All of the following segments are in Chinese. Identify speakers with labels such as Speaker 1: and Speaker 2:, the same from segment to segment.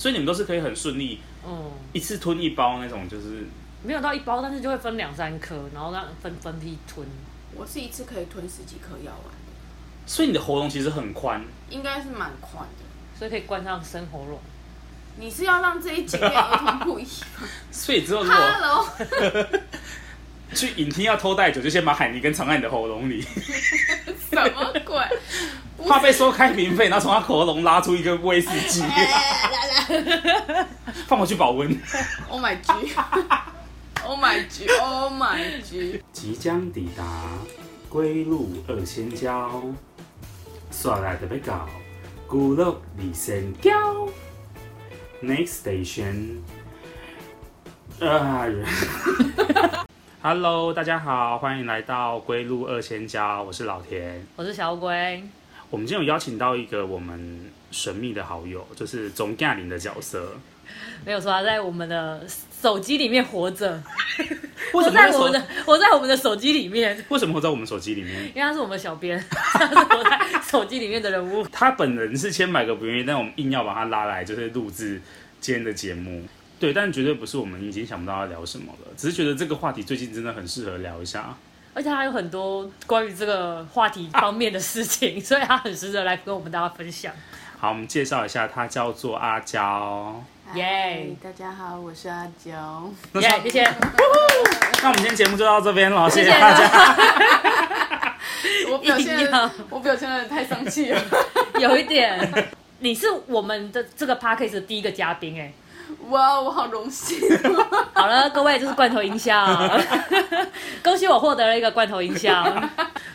Speaker 1: 所以你们都是可以很顺利
Speaker 2: 嗯，
Speaker 1: 一次吞一包那种，就是
Speaker 2: 没有到一包，但是就会分两三颗，然后让分分批吞。
Speaker 3: 我是一次可以吞十几颗药丸的，
Speaker 1: 所以你的喉咙其实很宽，
Speaker 3: 应该是蛮宽的。
Speaker 2: 所以可以灌上生喉咙，
Speaker 3: 你是要让这一集跟儿童不 宜吗
Speaker 1: 所以之后如果
Speaker 3: ？Hello，
Speaker 1: 去影厅要偷带酒，就先把海尼根藏在你的喉咙里，
Speaker 3: 什么鬼？不是
Speaker 1: 怕被收开瓶费，然后从他喉咙拉出一个威士忌，
Speaker 3: 哎
Speaker 1: 放回去保温。
Speaker 3: Oh my god！Oh my god！Oh my god！
Speaker 1: 即将抵达归路二仙交，刷来的被搞，孤陋二仙交。Next station，啊人 ，Hello，大家好，欢迎来到归路二仙交，我是老田。
Speaker 2: 我是小乌龟，
Speaker 1: 我们今天有邀请到一个我们神秘的好友，就是总驾领的角色。
Speaker 2: 没有说他 在我们的手机里面活着，
Speaker 1: 为
Speaker 2: 活
Speaker 1: 什么
Speaker 2: 在
Speaker 1: 会
Speaker 2: 我
Speaker 1: 手
Speaker 2: 们的活在我们的手机里面，
Speaker 1: 为什么会在我们手机里面？
Speaker 2: 因为他是我们的小编，他是活在手机里面的人物。
Speaker 1: 他本人是千百个不愿意，但我们硬要把他拉来，就是录制今天的节目。对，但绝对不是我们已经想不到要聊什么了，只是觉得这个话题最近真的很适合聊一下。
Speaker 2: 而且他有很多关于这个话题方面的事情，所以他很值得来跟我们大家分享。
Speaker 1: 好，我们介绍一下，他叫做阿娇。
Speaker 2: 耶
Speaker 3: 嗨大家好，我是阿娇。
Speaker 1: 那
Speaker 2: 耶、
Speaker 1: 他
Speaker 2: 谢谢，
Speaker 1: 那我们今天节目就到这边了，谢
Speaker 2: 谢
Speaker 1: 谢
Speaker 2: 谢
Speaker 1: 大家。
Speaker 3: 我表
Speaker 2: 一
Speaker 3: 现
Speaker 2: 样，
Speaker 3: 我表现的太生气了。
Speaker 2: 有一点， 你是我们的这个 p a c k a g e 的第一个嘉宾哎、
Speaker 3: 哇，我好荣幸。
Speaker 2: 好了，各位，这是罐头音 效，恭喜我获得了一个罐头音效。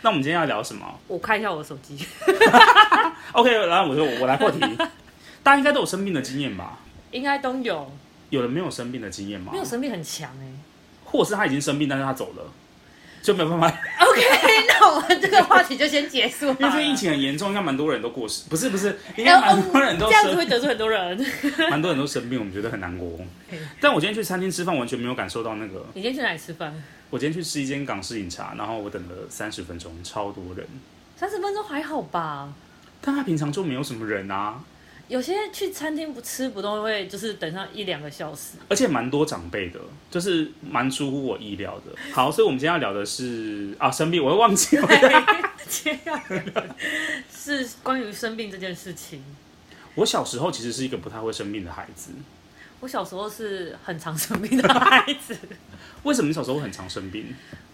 Speaker 1: 那我们今天要聊什么
Speaker 2: 我看一下我的手机，
Speaker 1: ？OK，然后我说我我来 破题。大家应该都有生病的经验吧？
Speaker 2: 应该都有，
Speaker 1: 有人没有生病的经验吗
Speaker 2: 没？有生病很强哎、
Speaker 1: 或者是他已经生病，但是他走了，就没有办法。
Speaker 2: OK，那我们这个话题就先结束好 了。
Speaker 1: 因为最近疫情很严重，应该蛮多人都过世，不是不是，应
Speaker 2: 哎，
Speaker 1: 该
Speaker 2: 我
Speaker 1: 蛮多人都
Speaker 2: 这样
Speaker 1: 生
Speaker 2: 子会得罪很多人。
Speaker 1: 蛮多人都生病，我们觉得很难过
Speaker 2: 嘿。
Speaker 1: 但我今天去餐厅吃饭，完全没有感受到那个。
Speaker 2: 你今天去哪里吃饭？
Speaker 1: 我今天去吃一间港式饮茶，然后我等了三十分钟，超多人。
Speaker 2: 三十分钟还好吧？
Speaker 1: 但他平常就没有什么人啊，
Speaker 2: 有些去餐厅不吃不都会就是等上一两个小 时。
Speaker 1: 而且蛮多长辈的，就是蛮出乎我意料的。好，所以我们今天要聊的是啊，生病，我又忘记 了。
Speaker 2: 接下来是关于生病这件事情。
Speaker 1: 我小时候其实是一个不太会生病的孩子。
Speaker 2: 我小时候是很常生病的孩子，
Speaker 1: 为什么你小时候很常生病？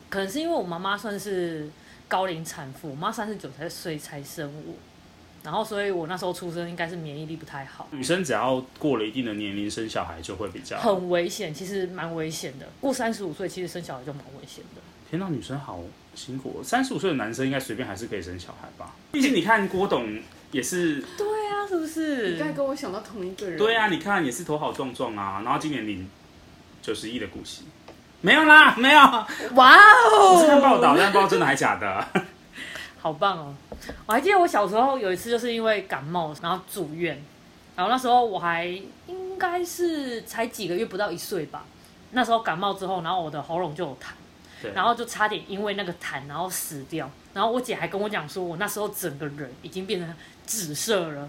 Speaker 2: 可能是因为我妈妈算是高龄产妇，我妈三十九才岁才生我，然后所以我那时候出生应该是免疫力不太好，
Speaker 1: 女生只要过了一定的年龄，生小孩就会比较。
Speaker 2: 很危险，其实蛮危险的。过三十五岁其实生小孩就蛮危险的。
Speaker 1: 天呐，女生好辛苦、哦。三十五岁的男生应该随便还是可以生小孩吧？毕竟你看郭董也是，
Speaker 2: 对啊，是不
Speaker 3: 你该
Speaker 2: 是？
Speaker 3: 跟我想到同一个人。
Speaker 1: 对啊，你看也是头好壮壮啊，然后今年领九十亿的股息，没有啦，没有，
Speaker 2: 哇哦！
Speaker 1: 我是看报道，但不知道真的还假的。
Speaker 2: 好棒哦！我还记得我小时候有一次就是因为感冒，然后住院，然后那时候我还应该是才几个月，不到一岁吧。那时候感冒之后，然后我的喉咙就有痰，
Speaker 1: 对，
Speaker 2: 然后就差点因为那个痰然后死掉。然后我姐还跟我讲说，我那时候整个人已经变成紫色了，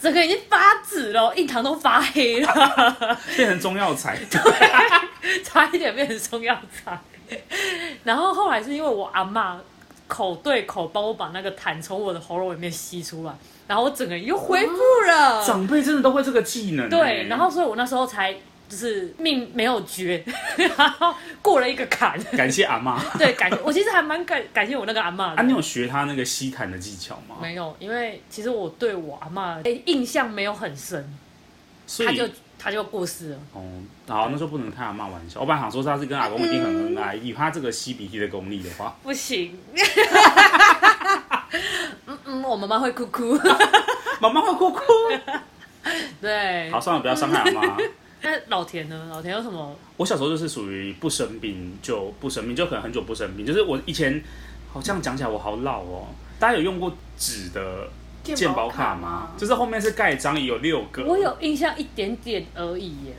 Speaker 2: 整个已经发紫了，印堂都发黑了。
Speaker 1: 变成中药材，
Speaker 2: 差一点变成中药材。然后后来是因为我阿嬷口对口帮我把那个痰从我的喉咙里面吸出来，然后我整个人又恢复了。
Speaker 1: 长辈真的都会这个技能欸、
Speaker 2: 对，然后所以我那时候才就是命没有绝， 然后过了一个坎。
Speaker 1: 感谢阿妈
Speaker 2: 对，感我其实还蛮感感谢我那个阿嬷的。
Speaker 1: 啊，你有学他那个吸痰的技巧吗？
Speaker 2: 没有，因为其实我对我阿嬷的印象没有很深，
Speaker 1: 所
Speaker 2: 她就
Speaker 1: 以
Speaker 2: 她就过世了。
Speaker 1: 哦，好，那时候不能开阿妈玩笑。我本来想说他是跟阿公一定很恩爱，以他这个吸鼻涕的功力的 话，
Speaker 2: 不行，嗯嗯，我妈妈会哭 哭。
Speaker 1: 妈妈会哭哭。
Speaker 2: 对，
Speaker 1: 好，算了，不要伤害阿妈。
Speaker 2: 那老田呢？老田有什么？
Speaker 1: 我小时候就是属于不生病就不生病，就可能很久不生病。就是我以前好像讲起来我好老哦。大家有用过纸的健保卡吗？就是后面是盖章，有六个。
Speaker 2: 我有印象一点点而已耶。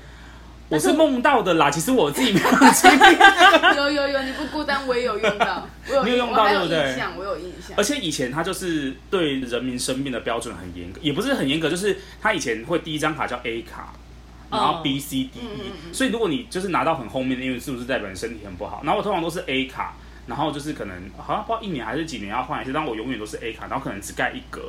Speaker 1: 我是梦到的啦。其实我自己没有
Speaker 3: 有有有，你不孤单，我也有用到，我有
Speaker 1: 你有用到
Speaker 3: 我还有
Speaker 1: 对不对
Speaker 3: 印象，我有印象
Speaker 1: 而。且以前他就是对人民生病的标准很严格，也不是很严格，就是他以前会第一张卡叫 A 卡，然后
Speaker 2: 哦
Speaker 1: B、C、D、
Speaker 3: 嗯嗯
Speaker 1: E，所以如果你就是拿到很后面的，因为是不是代表你身体很不好？然后我通常都是 A 卡，然后就是可能好像不知道一年还是几年要换一次，但我永远都是 A 卡，然后可能只盖一格，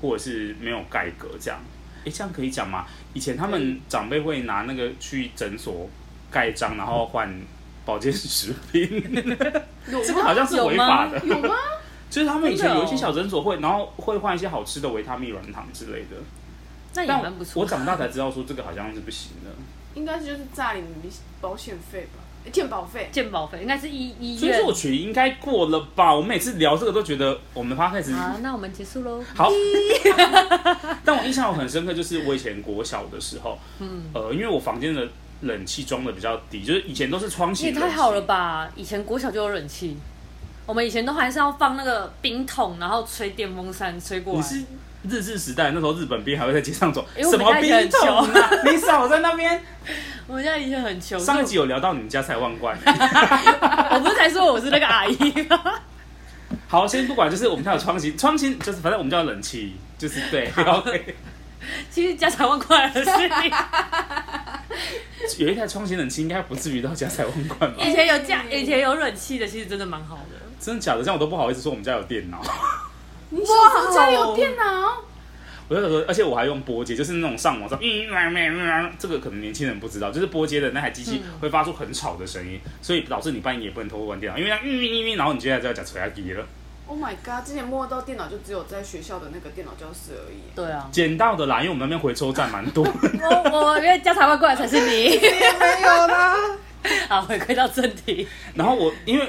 Speaker 1: 或者是没有盖格这样。诶，这样可以讲吗？以前他们长辈会拿那个去诊所盖章，然后换保健食品，
Speaker 3: 有
Speaker 1: 这个
Speaker 3: 吗？
Speaker 1: 好像是
Speaker 2: 有
Speaker 1: 违
Speaker 2: 吗
Speaker 1: 法的。
Speaker 3: 有吗？
Speaker 1: 就是他们以前
Speaker 2: 真的哦
Speaker 1: 有一些小诊所会，然后会换一些好吃的维他命软糖之类的。
Speaker 2: 那也
Speaker 1: 但
Speaker 2: 蛮不错。
Speaker 1: 我长大才知道说这个好像是不行 的，
Speaker 3: 应该就是诈领保险费吧，诶健保费。
Speaker 2: 健保费应该是医医
Speaker 1: 所以
Speaker 2: 院
Speaker 1: 说我觉得应该过了吧。我每次聊这个都觉得我们 p 开始
Speaker 2: 好，那我们结束喽。
Speaker 1: 好， 但我印象很深刻，就是我以前国小的时候，
Speaker 2: 嗯，
Speaker 1: 呃，因为我房间的冷气装的比较低，就是以前都是窗
Speaker 2: 你也
Speaker 1: 型，
Speaker 2: 太好了。吧！以前国小就有冷气，我们以前都还是要放那个冰桶，然后吹电风扇吹过
Speaker 1: 你
Speaker 2: 来。
Speaker 1: 是日治时代那时候日本兵还会在街上走，
Speaker 2: 哎因为我
Speaker 1: 什
Speaker 2: 们
Speaker 1: 么
Speaker 2: 家以
Speaker 1: 兵
Speaker 2: 前很
Speaker 1: 种啊？ 你少在那边。
Speaker 2: 我们家以前很穷，
Speaker 1: 上一
Speaker 2: 所
Speaker 1: 集有聊到你们家财万贯。
Speaker 2: 以我我不是才说我是那个阿姨吗？
Speaker 1: 好，先不管，就是我们家有窗型， 窗型就是反正我们叫冷气，就是对。OK，
Speaker 2: 其实家财万贯的事情，
Speaker 1: 有一台窗型冷气应该不至于到家财万贯吧？
Speaker 2: 以前有家，以前有冷气的，其实真的蛮好的。
Speaker 1: 真的假的？这样我都不好意思说我们家有电脑。
Speaker 3: 你小时候家里有电脑？
Speaker 1: 我就想说，而且我还用波接，就是那种上网上，嗯嗯嗯 嗯这个可能年轻人不知道，就是波接的那台机器会发出很吵的声音，所以导致你半夜也不能偷偷玩电脑，因为它嗯嗯嗯，然后你接下来就要讲锤下机了。
Speaker 3: Oh my god！今年摸到电脑就只有在学校的那个电脑教室而已。
Speaker 2: 对啊，
Speaker 1: 捡到的啦，因为我们那边回收站蛮多。
Speaker 2: 我我因为家财万贯才是你。
Speaker 3: 没有啦。
Speaker 2: 好，回归到正题，
Speaker 1: 然后我因为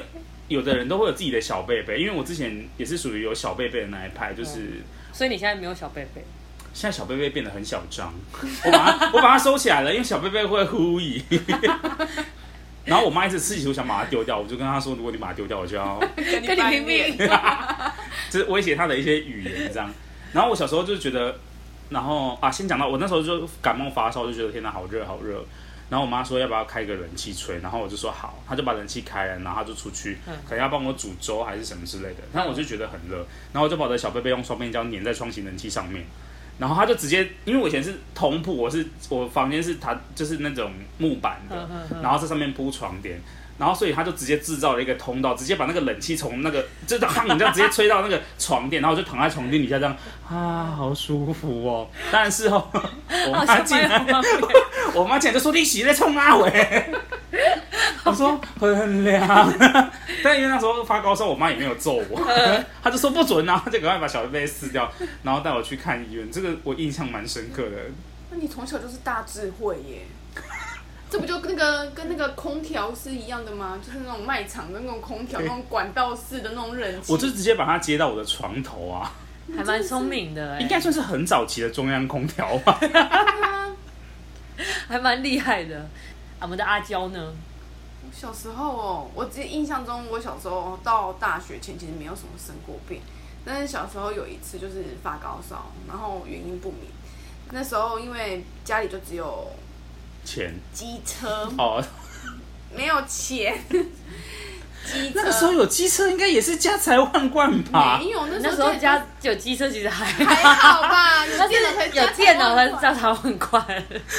Speaker 1: 有的人都会有自己的小贝贝，因为我之前也是属于有小贝贝的那一派，就是。
Speaker 2: 所以你现在没有小贝贝。
Speaker 1: 现在小贝贝变得很小张，我把它我把它收起来了，因为小贝贝会呼咦。 然后我妈一直试图想把它丢掉，我就跟她说，如果你把它丢掉，我就要
Speaker 3: 跟
Speaker 2: 跟你拼命。
Speaker 1: 就是威胁她的一些语言这样。然后我小时候就觉得，然后啊，先讲到我那时候就感冒发烧，就觉得天哪，好热好热。然后我妈说要不要开个冷气吹，然后我就说好，她就把冷气开了，然后她就出去
Speaker 2: 嗯，
Speaker 1: 可能要帮我煮粥还是什么之类的。然后我就觉得很热，然后我就把我的小贝贝用双面胶粘在窗型冷气上面，然后她就直接，因为我以前是通铺，我是我房间是它就是那种木板的
Speaker 2: 嗯嗯，嗯
Speaker 1: 然后在上面铺床垫。然后，所以她就直接制造了一个通道，直接把那个冷气从那个 就是烫，你这样直接吹到那个床垫，然后我就躺在床垫底下这样啊，好舒服哦。当然事后我
Speaker 2: 好哦
Speaker 1: 妈
Speaker 2: 像
Speaker 1: 进来，
Speaker 2: 没有
Speaker 1: 我妈进来就说：“你洗在冲阿伟。” 我说：“很凉。” 但因为那时候发高烧，我妈也没有揍我， 她就说不准啊，她就赶快把小贝贝撕掉，然后带我去看医院。这个我印象蛮深刻的。
Speaker 3: 那你从小就是大智慧耶。这不就那个跟那个空调是一样的吗？就是那种卖场的那种空调，
Speaker 1: 对
Speaker 3: 那种管道式的那种冷气。
Speaker 1: 我就直接把它接到我的床头啊，
Speaker 2: 还蛮聪明的、欸，
Speaker 1: 应该算是很早期的中央空调吧。
Speaker 3: 对啊，
Speaker 2: 还蛮厉害的。啊我们的阿娇呢？
Speaker 3: 我小时候哦，我只印象中我小时候到大学前其实没有什么生过病，但是小时候有一次就是发高烧，然后原因不明。那时候因为家里就只有
Speaker 1: 钱
Speaker 3: 机车，
Speaker 1: 哦，
Speaker 3: 没有钱，机车
Speaker 1: 那个时候啊有机车，应该也是家财万贯吧
Speaker 3: 没？有，那
Speaker 2: 那
Speaker 3: 时
Speaker 2: 时
Speaker 3: 候
Speaker 2: 候家有机车，其实还
Speaker 3: 还好吧，有
Speaker 2: 但
Speaker 3: 电脑才
Speaker 2: 是有电脑
Speaker 3: 啊
Speaker 2: 才叫他很快。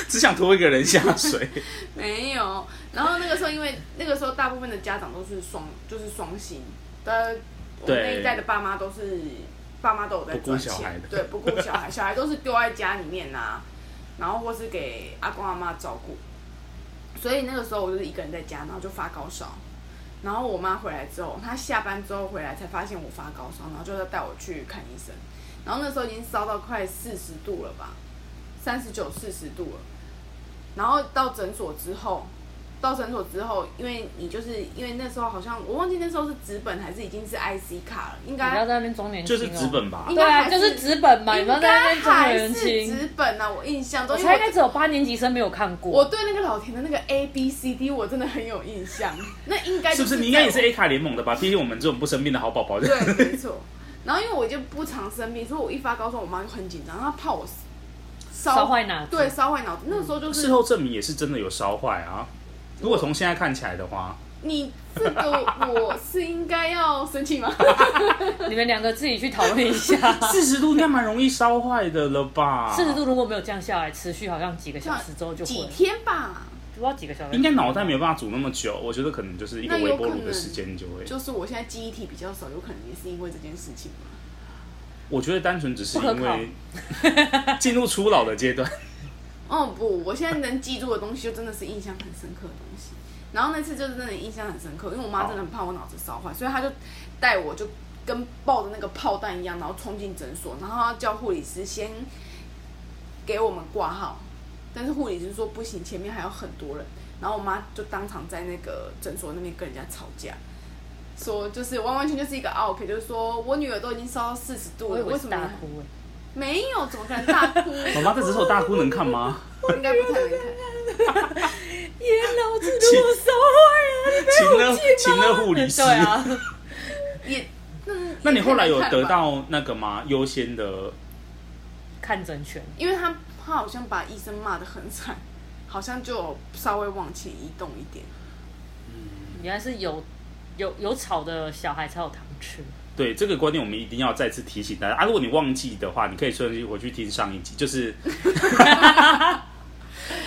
Speaker 1: 只想拖一个人下 水。
Speaker 3: 没有。然后那个时候，因为那个时候大部分的家长都是双，就是双薪的，我们
Speaker 1: 对
Speaker 3: 那一代的爸妈都是爸妈都有在
Speaker 1: 不顾
Speaker 3: 赚
Speaker 1: 小孩
Speaker 3: 钱
Speaker 1: 的，
Speaker 3: 对，不顾小孩，小孩都是丢在家里面啊，然后或是给阿公阿妈照顾。所以那个时候我就是一个人在家，然后就发高烧。然后我妈回来之后，她下班之后回来才发现我发高烧，然后就要带我去看医生。然后那时候已经烧到快四十度了吧，三十九、四十度了。然后到诊所之后，到诊所之后，因为你就是因为那时候好像我忘记那时候是纸本还是已经是 IC 卡了，应
Speaker 2: 你不要
Speaker 3: 该
Speaker 2: 在那边装年轻、
Speaker 1: 就
Speaker 2: 哦，
Speaker 1: 是纸。本吧，
Speaker 2: 对啊，就是纸本嘛，你
Speaker 3: 应
Speaker 2: 不要在那
Speaker 3: 该
Speaker 2: 边装
Speaker 3: 还
Speaker 2: 年
Speaker 3: 是
Speaker 2: 轻。
Speaker 3: 纸本啊，我印象
Speaker 2: 我
Speaker 3: 中，因
Speaker 2: 猜
Speaker 3: 为
Speaker 2: 应该只有八年级生没有看过。
Speaker 3: 我对那个老田的那个 A B C D 我真的很有印象，那应该
Speaker 1: 是
Speaker 3: 就
Speaker 1: 不是？你应该也是
Speaker 3: 在
Speaker 1: A 卡联盟的吧？毕竟我们这种不生病的好宝宝。
Speaker 3: 我 对，没错。然后因为我就不常生病，所以我一发高烧，我妈就很紧张，她怕我
Speaker 2: 烧
Speaker 3: 烧
Speaker 2: 坏脑子
Speaker 3: 对，烧坏脑子。那个时候就是
Speaker 1: 事后证明也是真的有烧坏啊。如果从现在看起来的 话，
Speaker 3: 你这个我是应该要生气 吗？
Speaker 2: 你们两个自己去讨论一下。
Speaker 1: 四十度应该蛮容易烧坏的了吧？
Speaker 2: 四十度如果没有降下来，持续好像几个小时之后就会
Speaker 3: 几，天吧，
Speaker 2: 不知道几个小时。
Speaker 1: 应该脑袋没有办法煮那么久，我觉得可能就是一个
Speaker 3: 那有
Speaker 1: 微波
Speaker 3: 可
Speaker 1: 炉的
Speaker 3: 能
Speaker 1: 时间就会。
Speaker 3: 就是我现在记忆体比较少，有可能也是因为这件事情吧。
Speaker 1: 我觉得单纯只是
Speaker 2: 不可
Speaker 1: 因为进入初老的阶 段，
Speaker 3: 哦不，我现在能记住的东西就真的是印象很深刻的东西。然后那次就是真的印象很深刻，因为我妈真的很怕我脑子烧
Speaker 2: 哦
Speaker 3: 坏，所以她就带我就跟抱着那个炮弹一样，然后冲进诊所，然后她叫护理师先给我们挂号，但是护理师说不行，前面还有很多人。然后我妈就当场在那个诊所那边跟人家吵架，说就是完完全就是一个 OK，就是说我女儿都已经烧到四十 度
Speaker 2: 我以
Speaker 3: 了，
Speaker 2: 为
Speaker 3: 为
Speaker 2: 是
Speaker 3: 什么
Speaker 2: 大
Speaker 3: 你
Speaker 2: 哭哎、
Speaker 3: 没有？怎么可能大哭？
Speaker 1: 妈妈这只手大哭能看吗？
Speaker 3: 应该不太能看。
Speaker 2: 耶，脑子如果烧坏了，
Speaker 1: 请了请了护理师
Speaker 2: 对。啊，
Speaker 3: 也，嗯
Speaker 1: 那你后来有得？
Speaker 3: 也太难看了吧
Speaker 1: 到那个吗？优先的
Speaker 2: 看诊权。
Speaker 3: 因为他他好像把医生骂得很惨，好像就稍微往前移动一点。
Speaker 2: 原来是有有有草的小孩才有糖吃。
Speaker 1: 对这个观念，我们一定要再次提醒大家啊！如果你忘记的话，你可以顺便回去听上一集，就是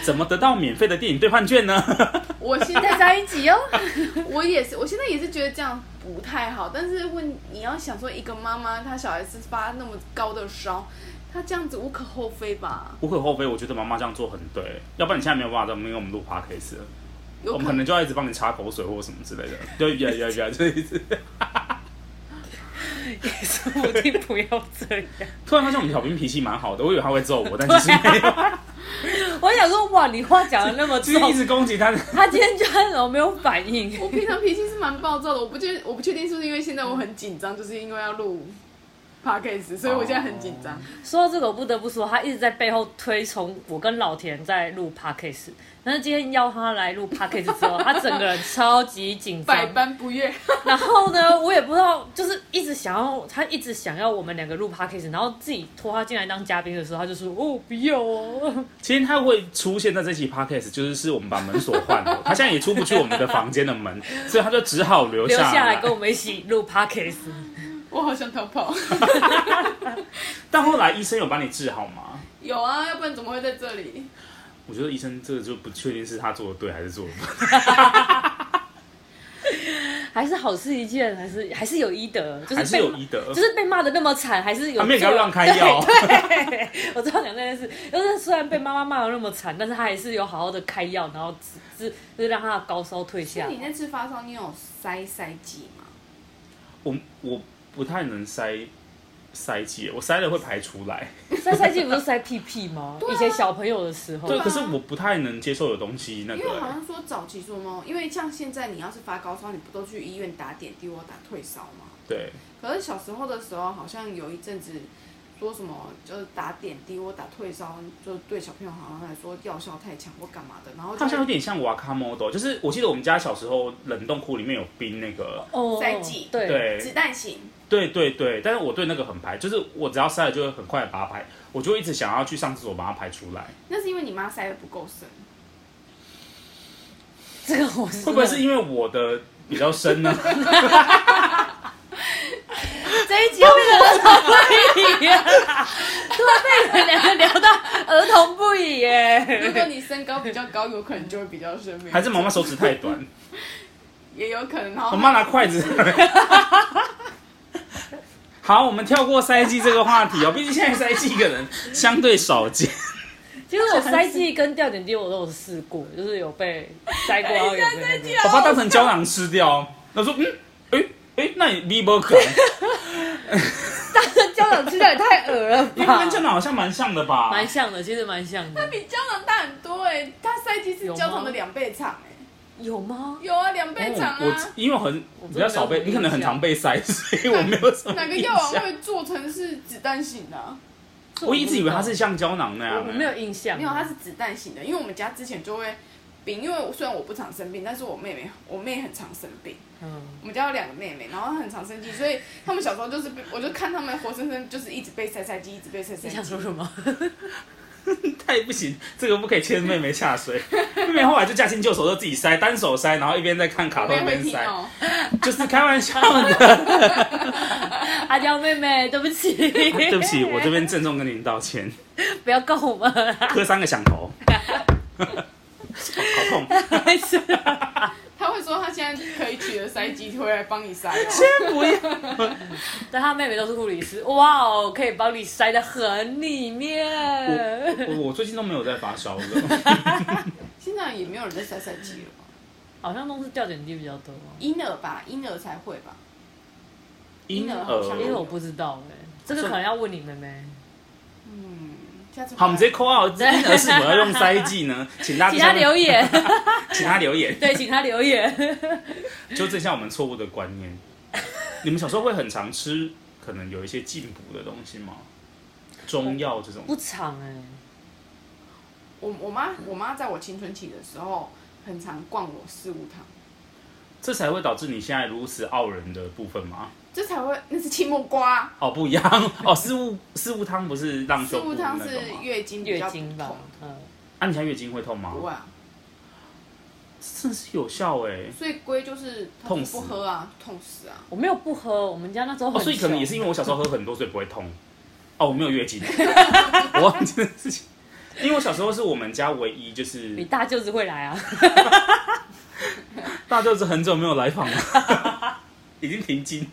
Speaker 1: 怎么得到免费的电影兑换券呢？
Speaker 3: 我现
Speaker 2: 再
Speaker 3: 在
Speaker 2: 上一集哦，
Speaker 3: 我也是，我现在也是觉得这样不太好。但是问你要想说，一个妈妈她小孩子发那么高的烧，她这样子无可厚非吧？
Speaker 1: 无可厚非，我觉得妈妈这样做很对，要不然你现在没有办法在我们跟我们录 podcast 了
Speaker 3: 有
Speaker 1: 我们可
Speaker 3: 可能
Speaker 1: 能就要一直帮你擦口水或什么之类的，对呀呀呀，就一直。
Speaker 2: 也说不定不要 这样。
Speaker 1: 突然发现我们小兵脾气蛮好的，我以为他会揍我，但其实没有，
Speaker 2: 我想说，哇，你话讲的那么
Speaker 1: 就是
Speaker 2: 重
Speaker 1: 一，直攻击他。
Speaker 2: 他今天居然怎么没有反应？
Speaker 3: 我平常脾气是蛮暴躁的，我不确我不确定是不是因为现在我很紧张，就是因为要录 podcast，所以我现在很紧张。
Speaker 2: 说到这个，我不得不说，他一直在背后推崇我跟老田在录 podcast，但是今天邀他来录 podcast 之后， 他整个人超级紧张
Speaker 3: 百。般不悦，
Speaker 2: 然后呢，我也不知道，就是一直想要他一直想要我们两个录 podcast，然后自己拖他进来当嘉宾的时候，他就说哦不要哦，
Speaker 1: 其实他会出现在这期 podcast，就是是我们把门锁换了，他现在也出不去我们的房间的门，所以他就只好留
Speaker 2: 留
Speaker 1: 下
Speaker 2: 下来跟我们一起录 podcast。
Speaker 3: 我好想逃跑。
Speaker 1: 但后来医生有把你治好吗？
Speaker 3: 有啊，要不然怎么会在这里？
Speaker 1: 我觉得医生这个就不确定是他做的对还是做的不对。
Speaker 2: 还是好事一件，还是还是有医德，就
Speaker 1: 还
Speaker 2: 是
Speaker 1: 是
Speaker 2: 被
Speaker 1: 有
Speaker 2: 骂
Speaker 1: 医德
Speaker 2: 就是被骂的那么惨，还是有
Speaker 1: 他啊没有给他
Speaker 2: 做
Speaker 1: 乱开药
Speaker 2: 对，对我知道讲这件事，就是虽然被妈妈骂的那么惨，但是他还是有好好的开药，然后只是就是让他的高烧退下
Speaker 3: 那。你那次发烧，你有塞塞剂吗？
Speaker 1: 我我不太能塞塞气，我塞了会排出来。
Speaker 2: 塞塞剂不是塞屁屁吗？以前小朋友的时候，
Speaker 1: 对，
Speaker 3: 啊
Speaker 1: 可是我不太能接受有东西那
Speaker 3: 因为
Speaker 1: 个、
Speaker 3: 好像说早期说嘛，因为像现在你要是发高烧，你不都去医院打点滴或打退烧吗？
Speaker 1: 对，
Speaker 3: 可是小时候的时候，好像有一阵子说什么就是打点滴或打退烧，就对小朋友好像来说药效太强或干嘛的，然后
Speaker 1: 它
Speaker 3: 就
Speaker 1: 好像有点像瓦卡 model，就是我记得我们家小时候冷冻库里面有冰那个，
Speaker 2: 哦
Speaker 3: 塞剂
Speaker 2: 对
Speaker 1: 对
Speaker 3: 子弹型，
Speaker 1: 对对对，但是我对那个很排，就是我只要塞了就会很快把它排，我就会一直想要去上厕所把它排出来。
Speaker 3: 那是因为你妈塞的不够深，
Speaker 2: 这个我是
Speaker 1: 会不会是因为我的比较深呢？
Speaker 2: 这一集又变成儿童不宜啊？ 对，被你们两个聊到儿童不宜
Speaker 3: 如
Speaker 2: 耶。
Speaker 3: 果你身高比较高，有可能就会比较深，没
Speaker 1: 还是妈妈手指太短？
Speaker 3: 也有可能，然
Speaker 1: 我
Speaker 3: 后
Speaker 1: 妈拿筷子。 好，我们跳过塞剂这个话题哦，毕竟现在塞剂一个人相对少 见。
Speaker 2: 其实我塞剂跟吊点滴我都有试过，就是有被塞过，然后有被那个。
Speaker 1: 我把它当成胶囊吃掉。他说，嗯，哎、哎、那你 v i b o 可能，
Speaker 2: 大声叫长吃掉也太恶了
Speaker 1: 因为它跟胶
Speaker 2: 吧？
Speaker 1: 囊好像蛮像的吧？嗯
Speaker 2: 蛮像的，其实蛮像的。
Speaker 3: 比胶囊大很多哎、欸，它塞剂是
Speaker 2: 有吗
Speaker 3: 胶囊的两倍长哎、
Speaker 2: 有吗？
Speaker 3: 有啊，两倍长
Speaker 1: 哦
Speaker 3: 啊。
Speaker 1: 我因为我很比较少被，你可能很常被塞，所以我没有什么
Speaker 3: 哪个
Speaker 1: 印
Speaker 3: 药
Speaker 1: 象
Speaker 3: 王会做成是子弹型的啊、
Speaker 1: 我一直以为它是像胶囊那
Speaker 2: 我
Speaker 1: 样、
Speaker 2: 我没有印象，
Speaker 3: 没有，它是子弹型的，因为我们家之前就会病，因为我虽然我不常生病，但是我妹妹我妹很常生病，
Speaker 2: 嗯，
Speaker 3: 我们家有两个妹妹，然后她很常生气，所以 他们小时候就是被我就看他们活生生就是一直被塞塞鸡，一直被塞塞
Speaker 2: 你想
Speaker 3: 鸡
Speaker 2: 说。什么？
Speaker 1: 太不行，这个不可以牵妹妹下 水。妹妹后来就驾轻就熟，就自己塞，单手塞，然后一边在看卡通一
Speaker 3: 妹会
Speaker 1: 边
Speaker 3: 听
Speaker 1: 塞，
Speaker 3: 哦，
Speaker 1: 就是开玩笑的。
Speaker 2: 阿娇妹妹，对不起，
Speaker 1: 对不 起，我这边郑重跟您道歉，
Speaker 2: 不要告我们啦，
Speaker 1: 磕三个响头，好痛。
Speaker 2: 没事。
Speaker 3: 他会说他现在可以取的塞机会来帮你塞 哦。
Speaker 1: 不要，
Speaker 2: 但她妹妹都是护理师，哇哦，可以帮你塞得很里面。
Speaker 1: 我我最近都没有在发烧了。
Speaker 3: 现在也没有人在塞塞机了吧？
Speaker 2: 好像都是吊点滴比较多，
Speaker 3: 婴儿吧，婴儿才会吧。
Speaker 1: 婴
Speaker 2: 因为
Speaker 1: 儿，
Speaker 2: 我不知道哎、这个可能要问你妹妹。
Speaker 3: 嗯，下次
Speaker 1: 好，我们直接扣号。婴儿是否要用塞剂 呢？请大家
Speaker 2: 请她留言，
Speaker 1: 请他留言，
Speaker 2: 对，请她留 言。
Speaker 1: 纠正一下我们错误的观念。你们小时候会很常吃可能有一些进补的东西吗？中药这种
Speaker 2: 不长哎、
Speaker 3: 我我妈我妈在我青春期的时候，很常逛我四物堂，
Speaker 1: 这才会导致你现在如此傲人的部分吗？
Speaker 3: 这才会那是青木瓜，
Speaker 1: 哦，不一样哦，四物四物汤不是让
Speaker 3: 四
Speaker 1: 胸部
Speaker 3: 物
Speaker 1: 那
Speaker 3: 汤
Speaker 1: 种
Speaker 3: 是
Speaker 1: 吗？
Speaker 3: 月经比
Speaker 2: 月
Speaker 3: 较
Speaker 2: 经吧
Speaker 3: 痛，
Speaker 2: 嗯，
Speaker 1: 啊，你现在月经会痛吗？
Speaker 3: 不会啊，
Speaker 1: 真是有效哎、
Speaker 3: 所以龟就是她
Speaker 1: 痛
Speaker 3: 就
Speaker 1: 死
Speaker 3: 不喝啊，痛死啊，
Speaker 2: 我没有不喝，我们家那时候
Speaker 1: 哦，
Speaker 2: 很、
Speaker 1: 所以可能也是因为我小时候喝很多，所以不会痛。哦，我没有月经，我忘记这件事情。因为我小时候是我们家唯一就
Speaker 2: 你
Speaker 1: 是
Speaker 2: 大舅子会来啊，
Speaker 1: 大舅子很久没有来访了， 已经停经。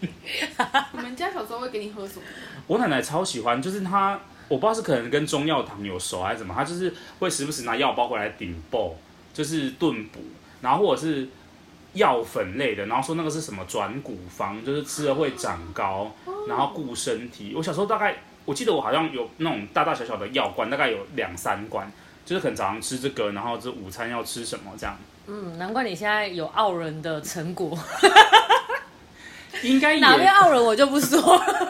Speaker 3: 你们家小时候会给你喝什么？
Speaker 1: 我奶奶超喜欢，就是她，我不知道是可能跟中药堂有熟还是什么，她就是会时不时拿药包回来顶爆，就是炖补，然后或者是药粉类的，然后说那个是什么转骨方，就是吃了会长高，然
Speaker 2: 哦
Speaker 1: 后顾身体。我小时候大概我记得我好像有那种大大小小的药罐，大概有两三罐，就是很早上吃这个，然后这午餐要吃什么这样，
Speaker 2: 嗯，难怪你现在有傲人的成果，
Speaker 1: 应该
Speaker 2: 哪边
Speaker 1: 也
Speaker 2: 傲人我就不说了。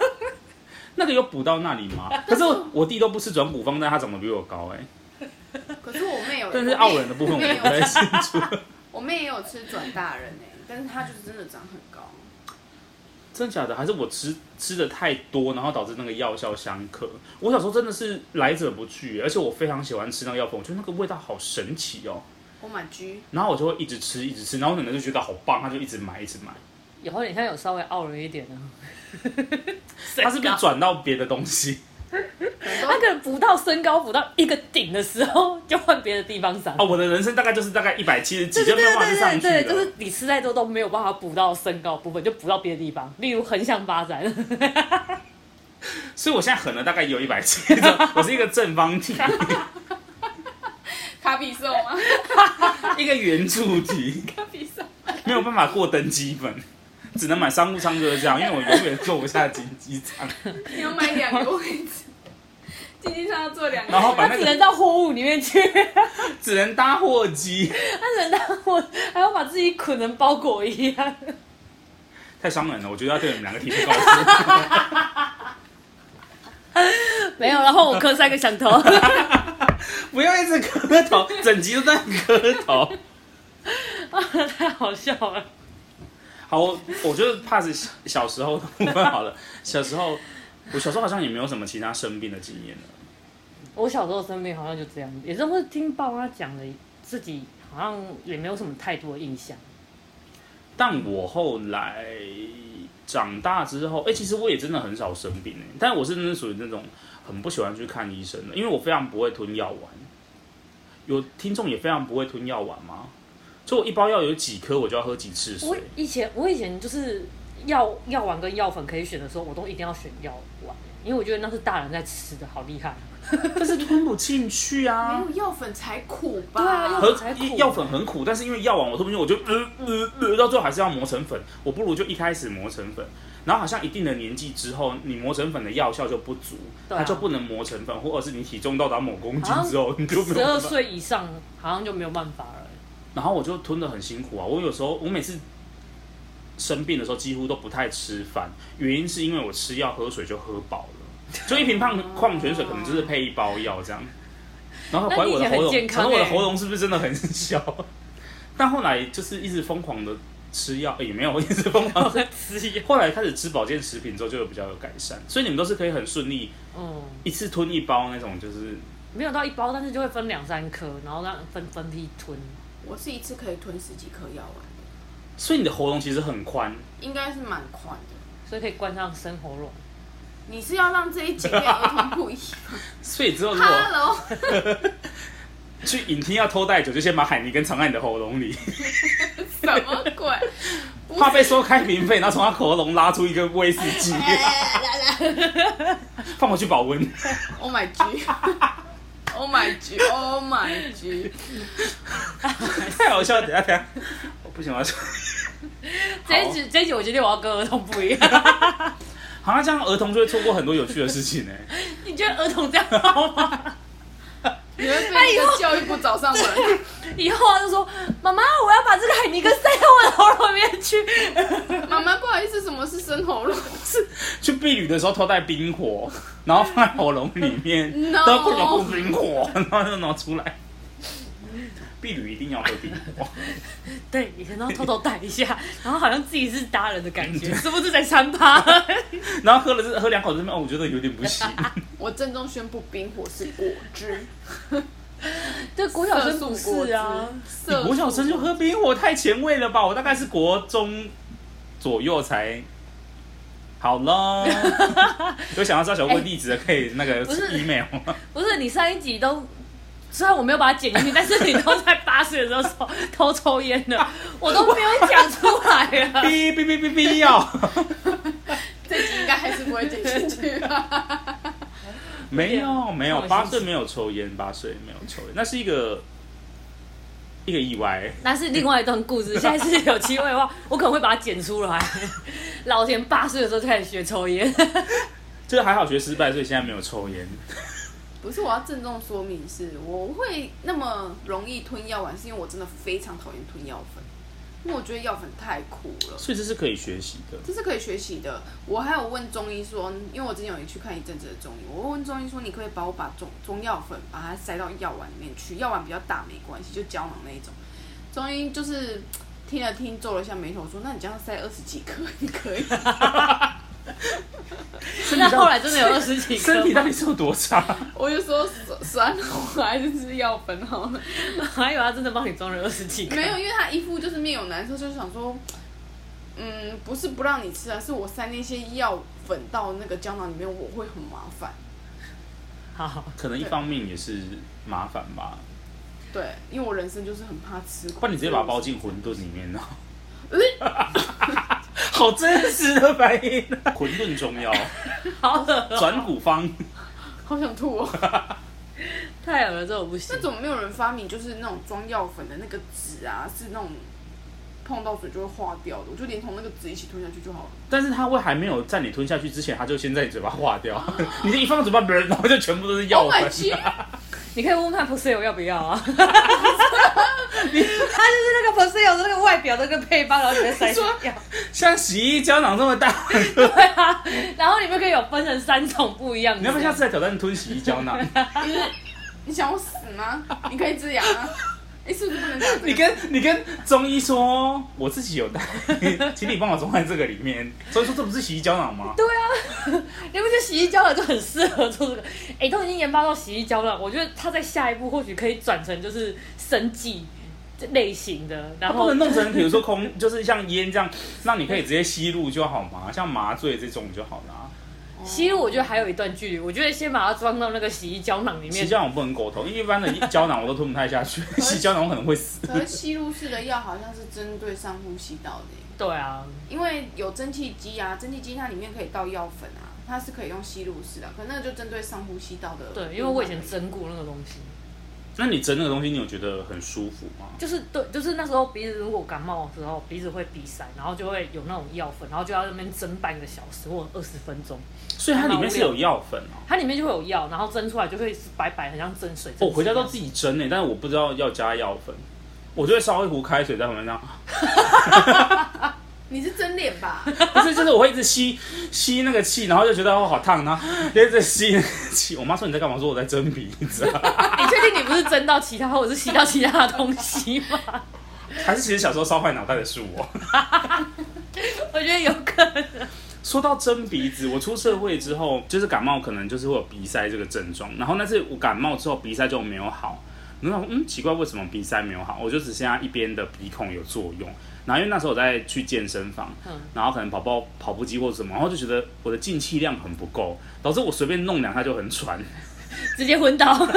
Speaker 1: 那个有补到那里吗？可是我我弟都不吃转骨方，但他长得比我高哎、
Speaker 3: 可是我妹有，
Speaker 1: 但是傲人的部分我
Speaker 3: 我
Speaker 1: 不
Speaker 3: 妹也有
Speaker 1: 太清楚。
Speaker 3: 我妹也有吃转大人哎、但是她就是真的长很高，
Speaker 1: 真假的？还是我吃吃的太多，然后导致那个药效相克？我小时候真的是来者不拒，而且我非常喜欢吃那个药粉，我觉得那个味道好神奇哦。
Speaker 3: 我买居
Speaker 1: 然后我就会一直吃，一直吃，然后我奶奶就觉得好棒，她就一直买，一直买。
Speaker 2: 以后你现在有稍微傲人一点啊，
Speaker 1: 她是不是转到别的东西？
Speaker 2: 他可能补到身高补到一个顶的时候，就换别的地方长。
Speaker 1: 哦，我的人生大概就是大概一百七十几，
Speaker 2: 对
Speaker 1: 就没有
Speaker 2: 对
Speaker 1: 办法再上
Speaker 2: 对对
Speaker 1: 去了。
Speaker 2: 对，就是你吃再多都没有办法补到身高部分，就补到别的地方，例如横向发 展。
Speaker 1: 所以我现在狠了大概有一百七，我是一个正方体，
Speaker 3: 卡比兽 吗？
Speaker 1: 一个圆柱体，
Speaker 3: 卡比兽，
Speaker 1: 没有办法过登机本，只能买商务舱就是这样，因为我永远坐不下经济舱。
Speaker 3: 你要买两个位置，经济上要坐两个，
Speaker 1: 然后把
Speaker 2: 他
Speaker 1: 那
Speaker 2: 只
Speaker 1: 个
Speaker 2: 能到货物里面去，
Speaker 1: 只能搭货机，
Speaker 2: 他只能到货，还要把自己捆成包裹一样。
Speaker 1: 太伤人了。我觉得要对你们两个提出告诉。
Speaker 2: 没有，然后我磕三个响头，
Speaker 1: 不要一直磕头，整集都在磕头。
Speaker 2: 太 好笑啊了。
Speaker 1: 好，我我觉得 pass 小时候的部分好了。小时候，我小时候好像也没有什么其他生病的经验了。
Speaker 2: 我小时候生病好像就这样，也是会听爸妈讲的，自己好像也没有什么太多的印象。
Speaker 1: 但我后来长大之后，哎、其实我也真的很少生病、欸、但我是真的属于那种很不喜欢去看医生的，因为我非常不会吞药丸。有听众也非常不会吞药丸吗？就我一包药有几颗，我就要喝几次
Speaker 2: 我
Speaker 1: 水。
Speaker 2: 以前我以前就是药药丸跟药粉可以选的时候，我都一定要选药丸，因为我觉得那是大人在吃的，好厉害。
Speaker 1: 但是吞不进去啊
Speaker 3: 没。有药粉才苦吧？
Speaker 2: 对啊药
Speaker 1: 和
Speaker 2: 粉才苦
Speaker 1: 药粉很苦，但是因为药丸我吞不进，我就呃呃呃，到最后还是要磨成粉。我不如就一开始磨成粉，然后好像一定的年纪之后，你磨成粉的药效就不足，
Speaker 2: 对啊
Speaker 1: 它就不能磨成粉，或者是你体重到达某公斤之后， 你就没
Speaker 2: 啊十
Speaker 1: 有
Speaker 2: 二
Speaker 1: 办法。
Speaker 2: 岁以上好像就没有办法了。
Speaker 1: 然后我就吞的很辛苦啊，我有时候我每次生病的时候几乎都不太吃饭，原因是因为我吃药喝水就喝饱了，就一瓶矿矿泉水可能就是配一包药这样。然后怀疑我的喉
Speaker 2: 那你以前很
Speaker 1: 咙，
Speaker 2: 健
Speaker 1: 可
Speaker 2: 康
Speaker 1: 能我的
Speaker 2: 欸
Speaker 1: 喉咙是不是真的很小？但后来就是一直疯狂的吃药，哎也没有，我一直疯狂地。
Speaker 2: 吃 药，
Speaker 1: 后来开始吃保健食品之后，就有比较有改善。所以你们都是可以很顺利
Speaker 2: 嗯，
Speaker 1: 一次吞一包那种，就是
Speaker 2: 没有到一包，但是就会分两三颗，然后让分分批吞。
Speaker 3: 我是一次可以吞十几颗药丸的，
Speaker 1: 所以你的喉咙其实很宽，
Speaker 3: 应该是蛮宽的。
Speaker 2: 所以可以灌上生喉咙。
Speaker 3: 你是要让这一集跟儿童不一样
Speaker 1: 所以之后如果
Speaker 3: ？Hello，
Speaker 1: 去影厅要偷带酒，就先把海尼根藏在你的喉咙里，
Speaker 3: 什么 鬼？不
Speaker 1: 怕被收开瓶费，然后从他喉咙拉出一个威士忌，
Speaker 3: 哎
Speaker 1: 放回去保温。
Speaker 3: Oh my G，Oh my G，Oh my G，哎
Speaker 1: 太好笑了，等一下等一下，我不行，我要笑。
Speaker 2: 这一集这一集我决定我要跟儿童不一样。
Speaker 1: 好像这样儿童就会错过很多有趣的事情呢、欸
Speaker 2: 你觉得儿童这样好吗？
Speaker 3: 你们被一个教育部找上门。
Speaker 2: 以后他就说：“妈妈，我要把这个海尼根塞到我的喉咙里面 去。
Speaker 3: 妈妈，不好意思，什么是生喉咙？
Speaker 1: 去避雨的时候偷带冰火，然后放在喉咙里面
Speaker 3: No
Speaker 1: 都不能不冰火，然后就拿出来。避雨一定要喝冰火，
Speaker 2: 对，以前都偷偷带一下，然后好像自己是大人的感觉，是不是在三趴？
Speaker 1: 然后喝了这喝两口这边哦，我觉得有点不行。
Speaker 3: 我郑重宣布，冰火是果汁，
Speaker 2: 对，国小生不是啊，
Speaker 1: 你
Speaker 3: 色素果汁。
Speaker 1: 国小生就喝冰火太前卫了吧？我大概是国中左右才。好了， 有想要知道小贵地址的可以那个
Speaker 2: 哎不是
Speaker 1: email，
Speaker 2: 不是你上一集都。”虽然我没有把它剪进去，但是你都在八岁的时候偷偷抽烟 了，我都没有讲出来啊。
Speaker 1: 哔哔哔哔哔要。
Speaker 3: 这集应该还是不会剪进 去吧？
Speaker 1: 没有没有，
Speaker 2: 不好
Speaker 1: 八
Speaker 2: 意思
Speaker 1: 岁没有抽烟，八岁没有抽烟，那是一个一个意外。
Speaker 2: 那是另外一段故 事。现在是有机会的话，我可能会把它剪出来。老田八岁的时候就开始学抽烟，
Speaker 1: 就是还好学失败，所以现在没有抽烟。
Speaker 3: 不是，我要郑重说明是，我会那么容易吞药丸，是因为我真的非常讨厌吞药粉，因为我觉得药粉太苦了。
Speaker 1: 所以这是可以学习的。
Speaker 3: 这是可以学习的。我还有问中医说，因为我之前有去看一阵子的中医，我问中医说，你可不可以把我把中中药粉把它塞到药丸里面去，药丸比较大没关系，就胶囊那一种。中医就是听了听，皱了一下眉头，说：“那你这样塞二十几颗，你可以 吗？
Speaker 2: 那后来真的有二十几颗
Speaker 1: 身体
Speaker 2: 吗，
Speaker 1: 到底是有多差？
Speaker 3: 我就说酸酸我还是吃药粉好了。
Speaker 2: 我 还以为他真的帮你装了二十几颗。
Speaker 3: 没有，因为他一副就是面有难色，就是想说，嗯，不是不让你吃啊，是我塞那些药粉到那个胶囊里面，我会很麻烦。
Speaker 2: 好，
Speaker 1: 可能一方面也是麻烦吧。
Speaker 3: 对，因为我人生就是很怕吃苦。
Speaker 1: 不然你直接把它包进馄饨里面呢？
Speaker 3: 嗯
Speaker 1: 好真实的反应、啊馄饨中药，
Speaker 2: 好恶，哦
Speaker 1: 转骨方，
Speaker 3: 好想吐哦！
Speaker 2: 太恶了，这我不行
Speaker 3: 那。怎么没有人发明就是那种装药粉的那个纸啊？是那种碰到水就会化掉的，我就连同那个纸一起吞下去就好了。
Speaker 1: 但是它会还没有在你吞下去之前，它就先在你嘴巴化掉。你这一放到嘴巴，然后就全部都是药
Speaker 3: Oh
Speaker 1: 粉啊
Speaker 3: my。god！
Speaker 2: 你可以问问看 p o s e l 要不要 啊？他就是那个 p o s e l 的那个外表的那个配方，然后里面塞
Speaker 3: 说
Speaker 2: 药，
Speaker 1: 像洗衣胶囊这么大，
Speaker 2: 对啊，然后里面可以有分成三种不一样的。
Speaker 1: 你要不要下次来挑战吞洗衣胶囊？
Speaker 3: 你想我死吗？你可以这 样啊！哎、是不是不能讲这 个？
Speaker 1: 你跟你跟中医说，我自己有带， 请你帮我装在这个里面。所以说这不是洗衣胶囊吗？
Speaker 2: 对啊，你不觉得洗衣胶囊就很适合做这个？哎、都已经研发到洗衣胶了，我觉得它在下一步或许可以转成就是生计类型的，然
Speaker 1: 它不
Speaker 2: 后
Speaker 1: 能弄成比如说空，就是像烟这样，让你可以直接吸入就好嘛，像麻醉这种就好啦。
Speaker 2: 吸入我
Speaker 3: 哦
Speaker 2: 觉得还有一段距离，我觉得先把它装到那个洗衣胶囊里
Speaker 1: 洗
Speaker 2: 面。
Speaker 1: 胶囊我不能苟同，因为一般的胶囊我都吞不太下去，洗胶囊我可能会死。
Speaker 3: 可是吸入式的药好像是针对上呼吸道的耶，
Speaker 2: 对啊，
Speaker 3: 因为有蒸汽机啊，蒸汽机它里面可以倒药粉啊，它是可以用吸入式的，可那个就针对上呼吸道的。
Speaker 2: 对，因为我以前蒸过那个东西，
Speaker 1: 那你蒸那个东西，你有觉得很舒服吗？
Speaker 2: 就是对，就是那时候鼻子如果感冒的时候，鼻子会鼻塞，然后就会有那种药粉，然后就要在那边蒸半个小时或二十分钟，
Speaker 1: 所以它里面是有药粉哦。
Speaker 2: 它里面就会有药，然后蒸出来就会是白白，很像蒸水。
Speaker 1: 哦我回家都
Speaker 2: 蒸水一 样
Speaker 1: 自己蒸呢、欸但是我不知道要加药粉，我就会烧一壶开水在旁边这样。
Speaker 3: 你是真脸 吧？
Speaker 1: 不是，就是我会一直吸 吸那个气，然后就觉得哦好烫，然后 一直吸那个气。我妈说你在干嘛？我说我在蒸鼻子、啊，
Speaker 2: 你确定你不是蒸到其他，或者是吸到其他的东西吗？
Speaker 1: 还是其实小时候烧坏脑袋的是我。
Speaker 2: 我觉得有可能。
Speaker 1: 说到真鼻子，我出社会之后，就是感冒可能就是会有鼻塞这个症状，然后但是我感冒之后鼻塞就没有好，然后嗯奇怪为什么鼻塞没有好，我就只剩下一边的鼻孔有作用，然后因为那时候我在去健身房，
Speaker 2: 嗯
Speaker 1: 然后可能跑步跑步机或者什么，然后就觉得我的进气量很不够，导致我随便弄两下就很喘，
Speaker 2: 直接昏倒。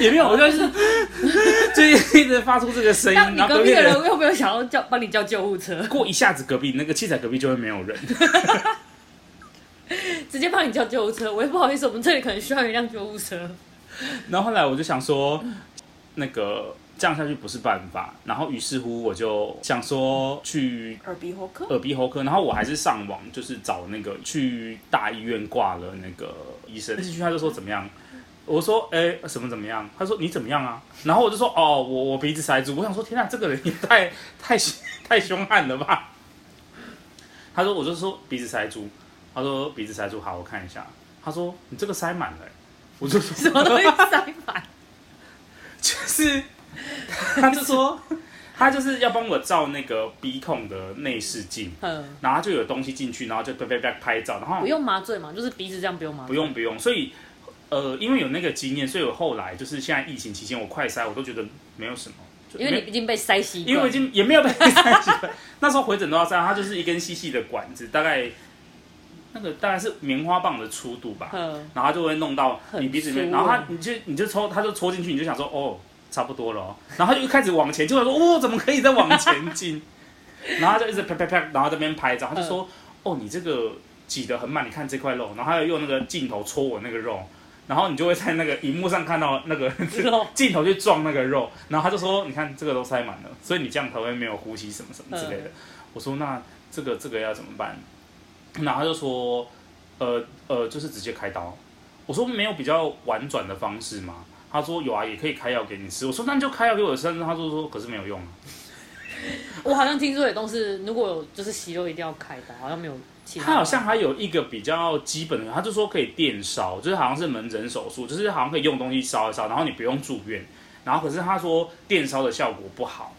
Speaker 1: 也没有，我就是 就是一直发出这个声音，
Speaker 2: 让你
Speaker 1: 然后
Speaker 2: 隔
Speaker 1: 隔
Speaker 2: 壁
Speaker 1: 壁
Speaker 2: 的
Speaker 1: 的
Speaker 2: 人
Speaker 1: 人
Speaker 2: 有没有想要叫帮你叫救护车？
Speaker 1: 过一下子隔壁那个器材隔壁就会没有人，
Speaker 2: 直接帮你叫救护车，我也不好意思，我们这里可能需要一辆救护车。
Speaker 1: 然后后来我就想说，那个这样下去不是办法，然后于是乎我就想说去
Speaker 3: 耳鼻喉科
Speaker 1: 耳鼻喉科，然后我还是上网就是找那个去大医院挂了那个医生，进去他就说怎么样。我说，哎、什么怎么样？他说你怎么样啊？然后我就说，哦，我我鼻子塞住。我想说，天啊哪，这个人也太 太太凶悍了吧？他说，我就说鼻子塞住。他说鼻子塞住，好，我看一下。他说你这个塞满了、欸我就说
Speaker 2: 什么东西塞满？
Speaker 1: 就是他就说他就是要帮我照那个鼻孔的内视镜，
Speaker 2: 嗯，
Speaker 1: 然后他就有东西进去，然后就啪啪啪拍照，然后
Speaker 2: 不用麻醉嘛，就是鼻子这样不用麻
Speaker 1: 不
Speaker 2: 醉。
Speaker 1: 用不用，所以呃，因为有那个经验，所以我后来就是现在疫情期间，我快塞我都觉得没有什么，就
Speaker 2: 因
Speaker 1: 没
Speaker 2: 为你已经被塞习惯，
Speaker 1: 因为我已经也没有被塞几分， 那时候回诊都要塞，它就是一根细细的管子，大概那个大概是棉花棒的粗度吧，
Speaker 2: 嗯，
Speaker 1: 然后他就会弄到
Speaker 2: 很
Speaker 1: 你鼻子里
Speaker 2: 粗
Speaker 1: 面，然后他
Speaker 2: 欸
Speaker 1: 你就你就抽，他就戳进去，你就想说哦，差不多了、哦，然后他就开始往前，就想说哦，怎么可以再往前进？ 然后他就一直啪啪啪，然后这边拍照，他就
Speaker 2: 嗯
Speaker 1: 说、哦，你这个挤得很满，你看这块肉，然后他又用那个镜头戳我那个肉，然后你就会在那个荧幕上看到那个
Speaker 2: 肉
Speaker 1: 镜头去撞那个肉，然后他就说你看这个都塞满了，所以你这样才会没有呼吸什么什么之类的。我说那这个这个要怎么办？然后他就说，呃呃，就是直接开刀。我说没有比较婉转的方式吗？他说有啊，也可以开药给你吃。我说那你就开药给我吃，但是他就说可是没有用啊。
Speaker 2: 我好像听说也都是，如果有就是息肉一定要开刀，好像没有其他。
Speaker 1: 他好像还有一个比较基本的，他就说可以电烧，就是好像是门诊手术，就是好像可以用东西烧一烧，然后你不用住院。然后可是他说电烧的效果不好，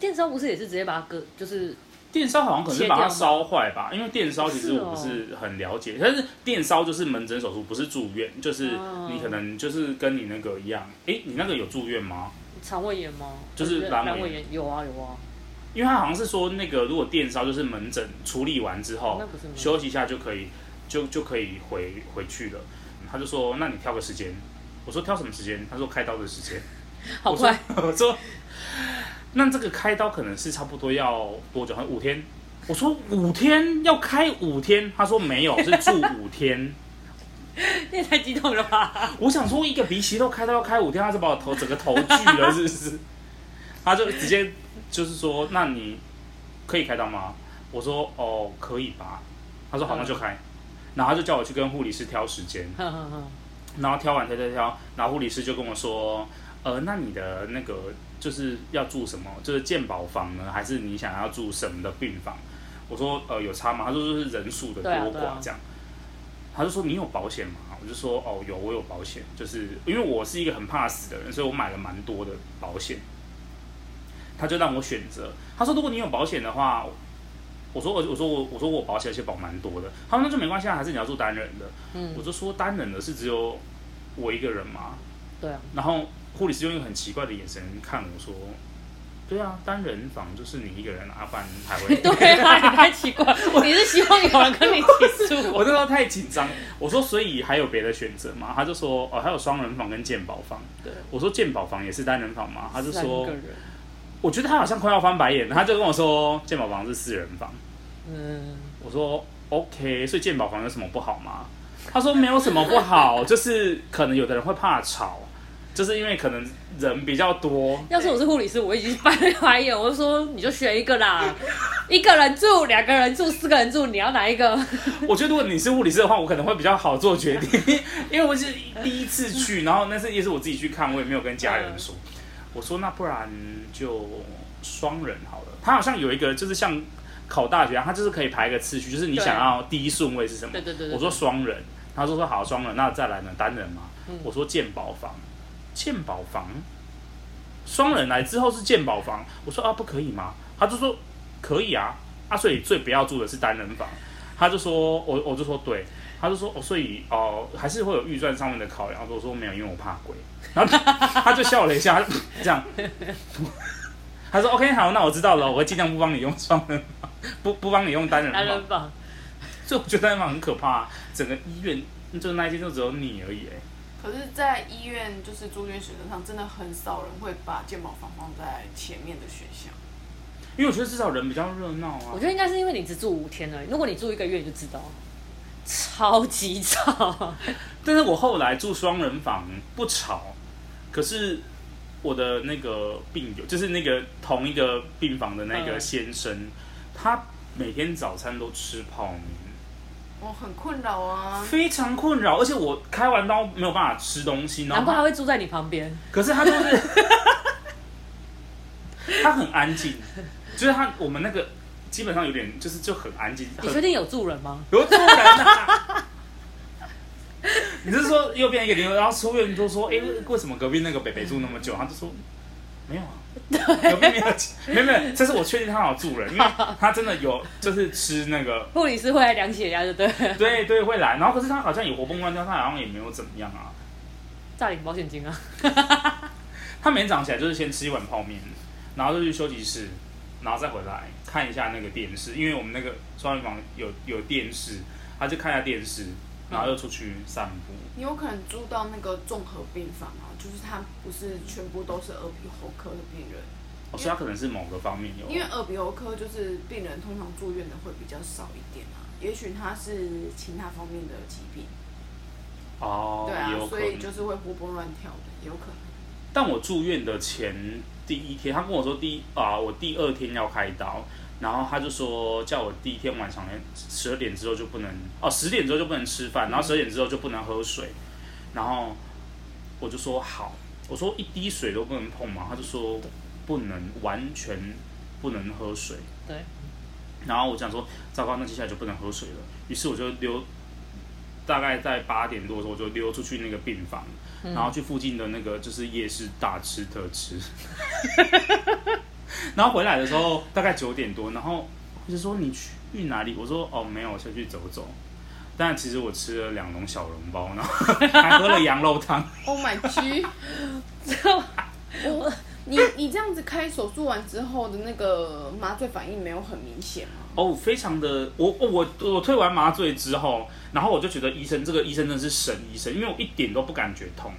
Speaker 2: 电烧不是也是直接把它割，就是
Speaker 1: 电烧好像可能是把它烧坏吧，因为电烧其实我不
Speaker 2: 是哦
Speaker 1: 是很了解，但是电烧就是门诊手术，不是住院，就是
Speaker 2: 哦
Speaker 1: 你可能就是跟你那个一样，诶，你那个有住院吗？
Speaker 2: 肠胃炎吗？
Speaker 1: 就是阑尾炎
Speaker 2: 阑尾炎，有啊有啊，
Speaker 1: 因为他好像是说那个如果电烧就是门诊处理完之后
Speaker 2: 那，不是吗？
Speaker 1: 休息一下就可以，就就可以回回去了。他就说那你挑个时间，我说挑什么时间？他说开刀的时间。
Speaker 2: 好快，
Speaker 1: 我说，那这个开刀可能是差不多要多久？五天？我说五天要开五天，他说没有，是住五天。
Speaker 2: 你也太激动了吧？
Speaker 1: 我想说一个鼻息肉开刀要开五天，他是把我头整个头锯了，是不是？他就直接就是说，那你可以开刀吗？我说哦，可以吧。他说好，
Speaker 2: 嗯
Speaker 1: 那就开。然后他就叫我去跟护理师挑时间，
Speaker 2: 哼哼哼
Speaker 1: 然后挑完挑挑挑，然后护理师就跟我说，呃，那你的那个就是要住什么？就是健保房呢，还是你想要住什么的病房？我说，呃，有差吗？他说就是人数的多
Speaker 2: 对啊
Speaker 1: 寡
Speaker 2: 对啊
Speaker 1: 这样。他就说哦你有保险吗？我就说哦有，我有保险，就是因为我是一个很怕死的人，所以我买了蛮多的保险。他就让我选择，他说如果你有保险的话，我说我我说我我说我有保险而且保蛮多的，他说那就没关系啊，还是你要住单人的。我
Speaker 2: 嗯，
Speaker 1: 就说单人的是只有我一个人嘛，
Speaker 2: 对啊，
Speaker 1: 然后护理师用一个很奇怪的眼神看我说，对啊，单人房就是你一个人，阿凡还 会。
Speaker 2: 对啊，你太 奇怪，你是希望有人跟你起诉
Speaker 1: 我那时候太紧张，我说所以还有别的选择吗？他就说哦，还有双人房跟健保房。
Speaker 2: 对，
Speaker 1: 我说健保房也是单人房吗？他就
Speaker 2: 三
Speaker 1: 说
Speaker 2: 个，人
Speaker 1: 我觉得他好像快要翻白眼了，他就跟我说健保房是四人房。
Speaker 2: 嗯，
Speaker 1: 我说 OK，所以健保房有什么不好吗？他说没有什么不好， 就是可能有的人会怕吵，就是因为可能人比较多。
Speaker 2: 要是我是护理师，我已经翻白眼，我就说你就选一个 啦，一个人住，两个人住，四个人住，你要哪一个？
Speaker 1: 我觉得如果你是护理师的话，我可能会比较好做决定， 因为我是第一次去，然后那是也是我自己去看，我也没有跟家人说。我说那不然就双人好了。他好像有一个就是像考大学一样，他就是可以排一个次序，就是你
Speaker 2: 对
Speaker 1: 想要第一顺位是什么
Speaker 2: 对？对对对，
Speaker 1: 我说双人，他说说好双人，那再来呢单人嘛？
Speaker 2: 嗯
Speaker 1: 我说鉴宝房，鉴宝房，双人来之后是鉴宝房，我说啊不可以吗？他就说可以啊，啊所以最不要住的是单人房。他就说，我我就说对，他就说哦，所以哦、还是会有预算上面的考量。我说没有，因为我怕鬼。然后他就 笑了一下，他就这样， 他说 OK 好，那我知道了，我会尽量不帮你用双人房，不不帮你用单人
Speaker 2: 男
Speaker 1: 房
Speaker 2: 人。房，
Speaker 1: 所以我觉得单人房很可怕、啊整个医院就那一间就只有你而已、哎
Speaker 3: 可是，在医院就是住院选择上，真的很少人会把健保房放在前面的选项。
Speaker 1: 因为我觉得至少人比较热闹啊
Speaker 2: 我。觉得应该是因为你只住五天而已，如果你住一个月你就知道，超级吵。
Speaker 1: 但是我后来住双人房不吵，可是我的那个病友，就是那个同一个病房的那个
Speaker 2: 嗯
Speaker 1: 先生，他每天早餐都吃泡
Speaker 2: 啊
Speaker 1: 面，
Speaker 3: 我哦很困扰啊，
Speaker 1: 非常困扰。而且我开完刀没有办法吃东西，然
Speaker 2: 难
Speaker 1: 后
Speaker 2: 怪
Speaker 1: 他
Speaker 2: 他会住在你旁边，
Speaker 1: 可是他就是 他很安静，就是他我们那个基本上有点就是就很安静，
Speaker 2: 你
Speaker 1: 很
Speaker 2: 确定有住人吗？
Speaker 1: 有突然啊！ 你是说又变一个理由，然后所有人都说，哎、为什么隔壁那个北北住那么久？他就说没有啊，隔壁没有，没有没有，这是我确定他有住人，因为他真的有就是吃那个，
Speaker 2: 护理师会来量血压，就对了。
Speaker 1: 对对会来，然后可是他好像也活蹦乱跳，他好像也没有怎么样啊。
Speaker 2: 诈领保险金啊！
Speaker 1: 他每天早上起来就是先吃一碗泡面，然后就去休息室，然后再回来看一下那个电视，因为我们那个双人房有有电视，他就看一下电视，然后又出去散步。
Speaker 3: 你有可能住到那个综合病房啊，就是它不是全部都是耳鼻喉科的病人，
Speaker 1: 哦，所以他可能是某个方面有，
Speaker 3: 因为耳鼻喉科就是病人通常住院的会比较少一点啊，也许他是其他方面的疾病，
Speaker 1: 哦，
Speaker 3: 对
Speaker 1: 也有
Speaker 3: 啊，
Speaker 1: 可
Speaker 3: 所
Speaker 1: 能。
Speaker 3: 以就是会活蹦乱跳的，也有可能。
Speaker 1: 但我住院的前第一天，他跟我说第一啊、我第二天要开刀，然后他就说叫我第一天晚上十二点之后就不能哦，十点之后就不能吃饭，然后十二点之后就不能喝水，然后我就说好，我说一滴水都不能碰嘛，他就说不能，完全不能喝水。
Speaker 2: 对。
Speaker 1: 然后我想说，糟糕，那接下来就不能喝水了。于是我就溜，大概在八点多的时候，我就溜出去那个病房，然后去附近的那个就是夜市大吃特吃。 然后回来的时候大概九点多，然后我就说你去哪里？我说哦没有，我先去走走。但其实我吃了两笼小笼包，然后还喝了羊肉汤。
Speaker 3: Oh my g！我你你这样子开手术完之后的那个麻醉反应没有很明显吗？
Speaker 1: 哦，非常的，我哦我我我退完麻醉之后，然后我就觉得医生这个医生真的是神医生，因为我一点都不感觉痛，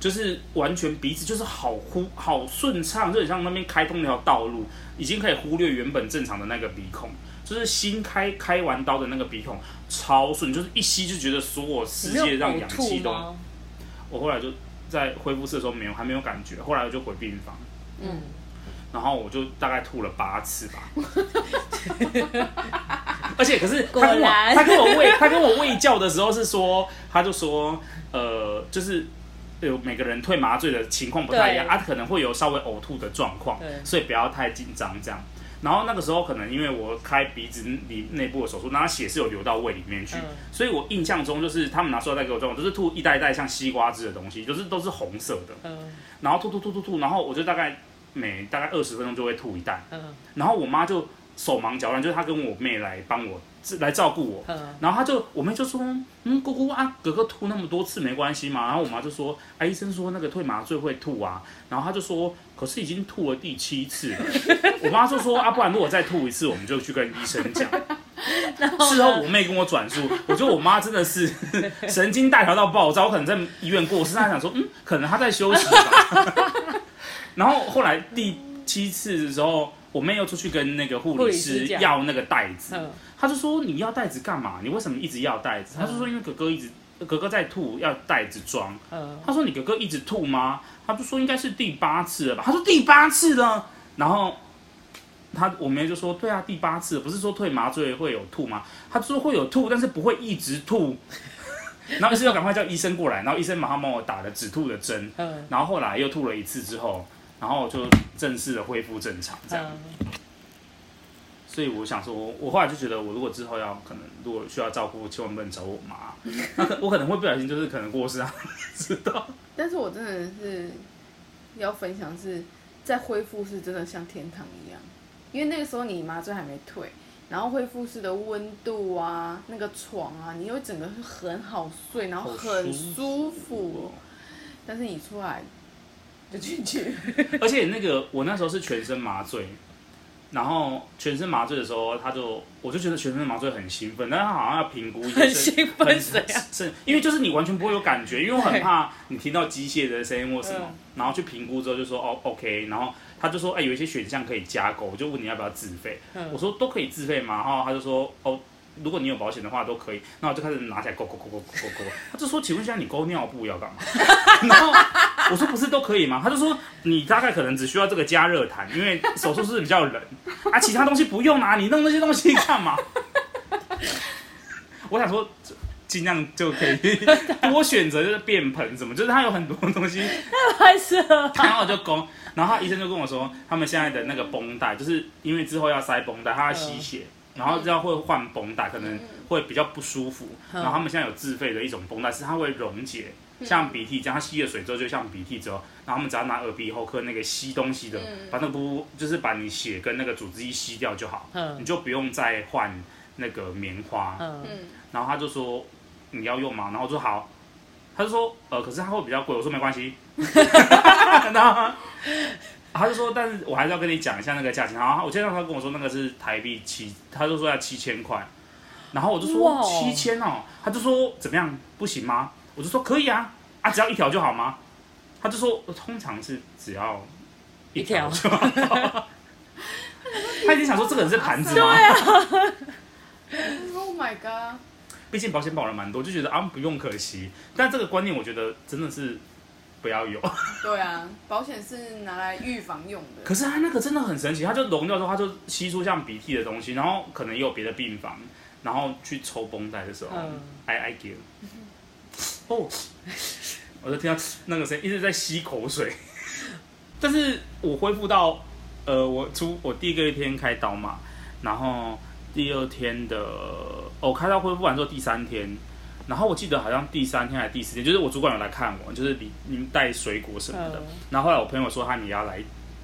Speaker 1: 就是完全鼻子就是好呼好顺畅，就很像那边开通一条道路，已经可以忽略原本正常的那个鼻孔，就是新开开完刀的那个鼻孔超顺，就是一吸就觉得所有世
Speaker 2: 你没
Speaker 1: 界
Speaker 2: 有
Speaker 1: 上
Speaker 2: 呕
Speaker 1: 氧
Speaker 2: 吐
Speaker 1: 气都，
Speaker 2: 吗？
Speaker 1: 我后来就在恢复室的时候没有还没有感觉，后来我就回病房，
Speaker 2: 嗯，
Speaker 1: 然后我就大概吐了八次 吧。而且可是
Speaker 2: 果
Speaker 1: 他跟我
Speaker 2: 然
Speaker 1: 他跟我喂他跟我喂教的时候是说，他就说呃，就是有每个人退麻醉的情况不太一样，
Speaker 2: 对
Speaker 1: 啊，可能会有稍微呕吐的状况
Speaker 2: 对，
Speaker 1: 所以不要太紧张这样。然后那个时候可能因为我开鼻子里内部的手术，那血是有流到胃里面去，
Speaker 2: 嗯
Speaker 1: 所以我印象中就是他们拿塑料袋给我装，我就是吐一袋一袋像西瓜汁的东西，就是都是红色的，
Speaker 2: 嗯
Speaker 1: 然后吐吐吐吐吐，然后我就大概每大概二十分钟就会吐一袋，
Speaker 2: 嗯
Speaker 1: 然后我妈就手忙脚乱，就是她跟我妹来帮我来照顾我，
Speaker 2: 嗯，
Speaker 1: 然后她就我妹就说，嗯，姑姑啊，哥哥吐那么多次没关系嘛，然后我妈就说，哎、医生说那个退麻醉会吐啊，然后她就说，可是已经吐了第七次了， 我妈就说啊，不然如果再吐一次，我们就去跟医生讲。 事哦后我妹跟我转述， 我觉得我妈真的是 神经大条到爆炸，我可能在医院过世，她还想说，嗯，可能她在休息吧。 然后后来第七次的时候，我妹又出去跟那个护
Speaker 2: 护
Speaker 1: 理
Speaker 2: 理师
Speaker 1: 师
Speaker 2: 讲
Speaker 1: 要那个袋子，
Speaker 2: 嗯
Speaker 1: 她就说你要袋子干嘛？你为什么一直要袋子？她就说因为哥哥一直哥哥在吐，要袋子装。
Speaker 2: 嗯，
Speaker 1: 他说你哥哥一直吐吗？他就说应该是第八次了吧。他说第八次了，然后他我妹就说对啊，第八次了不是说退麻醉会有吐吗？他就说会有吐，但是不会一直吐。 然后医生要赶快叫医生过来，然后医生马上帮我打了止吐的针，
Speaker 2: 嗯
Speaker 1: 然后后来又吐了一次之后，然后就正式的恢复正常这样。
Speaker 2: 嗯，
Speaker 1: 所以我想说，我后来就觉得，我如果之后要可能如果需要照顾，千万不能找我妈，那可我可能会不小心就是可能过世啊， 知道。
Speaker 3: 但是我真的是要分享是，在恢复是真的像天堂一样，因为那个时候你麻醉还没退，然后恢复室的温度啊，那个床啊，你会整个很好睡，然后
Speaker 1: 好
Speaker 3: 很
Speaker 1: 舒
Speaker 3: 舒服。但是你出来就进去，
Speaker 1: 哦。 而且那个我那时候是全身麻醉，然后全身麻醉的时候，他就我就觉得全身麻醉很兴奋，但是他好像要评估医生
Speaker 2: 很兴奋
Speaker 1: 很
Speaker 2: 谁啊？
Speaker 1: 是，因为就是你完全不会有感觉，因为我很
Speaker 2: 对
Speaker 1: 怕你听到机械的声音或什么
Speaker 2: 嗯，
Speaker 1: 然后去评估之后就说哦 OK，然后他就说哎、有一些选项可以加购，我就问你要不要自费，
Speaker 2: 嗯
Speaker 1: 我说都可以自费嘛，然后他就说哦。如果你有保险的话都可以，那我就开始拿起来勾勾勾勾勾勾，他就说：“请问一下，你勾尿布要干嘛？” 然后我说：“不是都可以吗？”他就说：“你大概可能只需要这个加热毯，因为手术室比较冷啊，其他东西不用啊，你弄那些东西干嘛？” 我想说，尽量就可以 多选择，就是便盆什么，就是它有很多东西。
Speaker 2: 太适合了。
Speaker 1: 然后我就攻，然后他医生就跟我说，他们现在的那个绷带，就是因为之后要塞绷带，他要
Speaker 2: 嗯
Speaker 1: 吸血，然后这样会换绷带，可能会比较不舒服。
Speaker 2: 嗯
Speaker 1: 然后他们现在有自费的一种绷带，是它会溶解，
Speaker 2: 嗯
Speaker 1: 像鼻涕这样，它吸了水之后就像鼻涕之后，然后他们只要拿耳鼻喉科那个吸东西的，
Speaker 2: 嗯
Speaker 1: 把那个不就是把你血跟那个组织一吸掉就好，你
Speaker 2: 嗯
Speaker 1: 就不用再换那个棉花。
Speaker 2: 嗯，
Speaker 3: 嗯，
Speaker 1: 然后他就说你要用吗？然后我说好，他就说呃，可是它会比较贵。我说没关系， 然后他就说，但是我还是要跟你讲一下那个价钱。然后我记得他跟我说那个是台币七，他就说要七千块，然后我就
Speaker 2: 哇
Speaker 1: 说
Speaker 2: 哦
Speaker 1: 七千哦，他就说怎么样不行吗？我就说可以啊，啊只要一条就好吗？他就说通常是只要一条
Speaker 2: 一
Speaker 1: 就好。 他已经想说这个人是盘 子吗？
Speaker 2: 啊
Speaker 3: Oh my god！
Speaker 1: 毕竟保险保了蛮多，就觉得啊不用可惜。但这个观念我觉得真的是不要有。
Speaker 3: 对啊，保险是拿来预防用的
Speaker 1: 可。是它那个真的很神奇，它就溶掉之后，它就吸出像鼻涕的东西，然后可能也有别的病房，然后去抽绷带的时候
Speaker 2: 嗯
Speaker 1: ，I I give，哦，我就听到那个声音一直在吸口水。但是我恢复到呃，我出我第一个一天开刀嘛，然后第二天的哦，开刀恢复完之后第三天，然后我记得好像第三天还是第四天，就是我主管有来看我，就是你你们带水果什么的
Speaker 2: 嗯，
Speaker 1: 然后后来我朋友说他你要来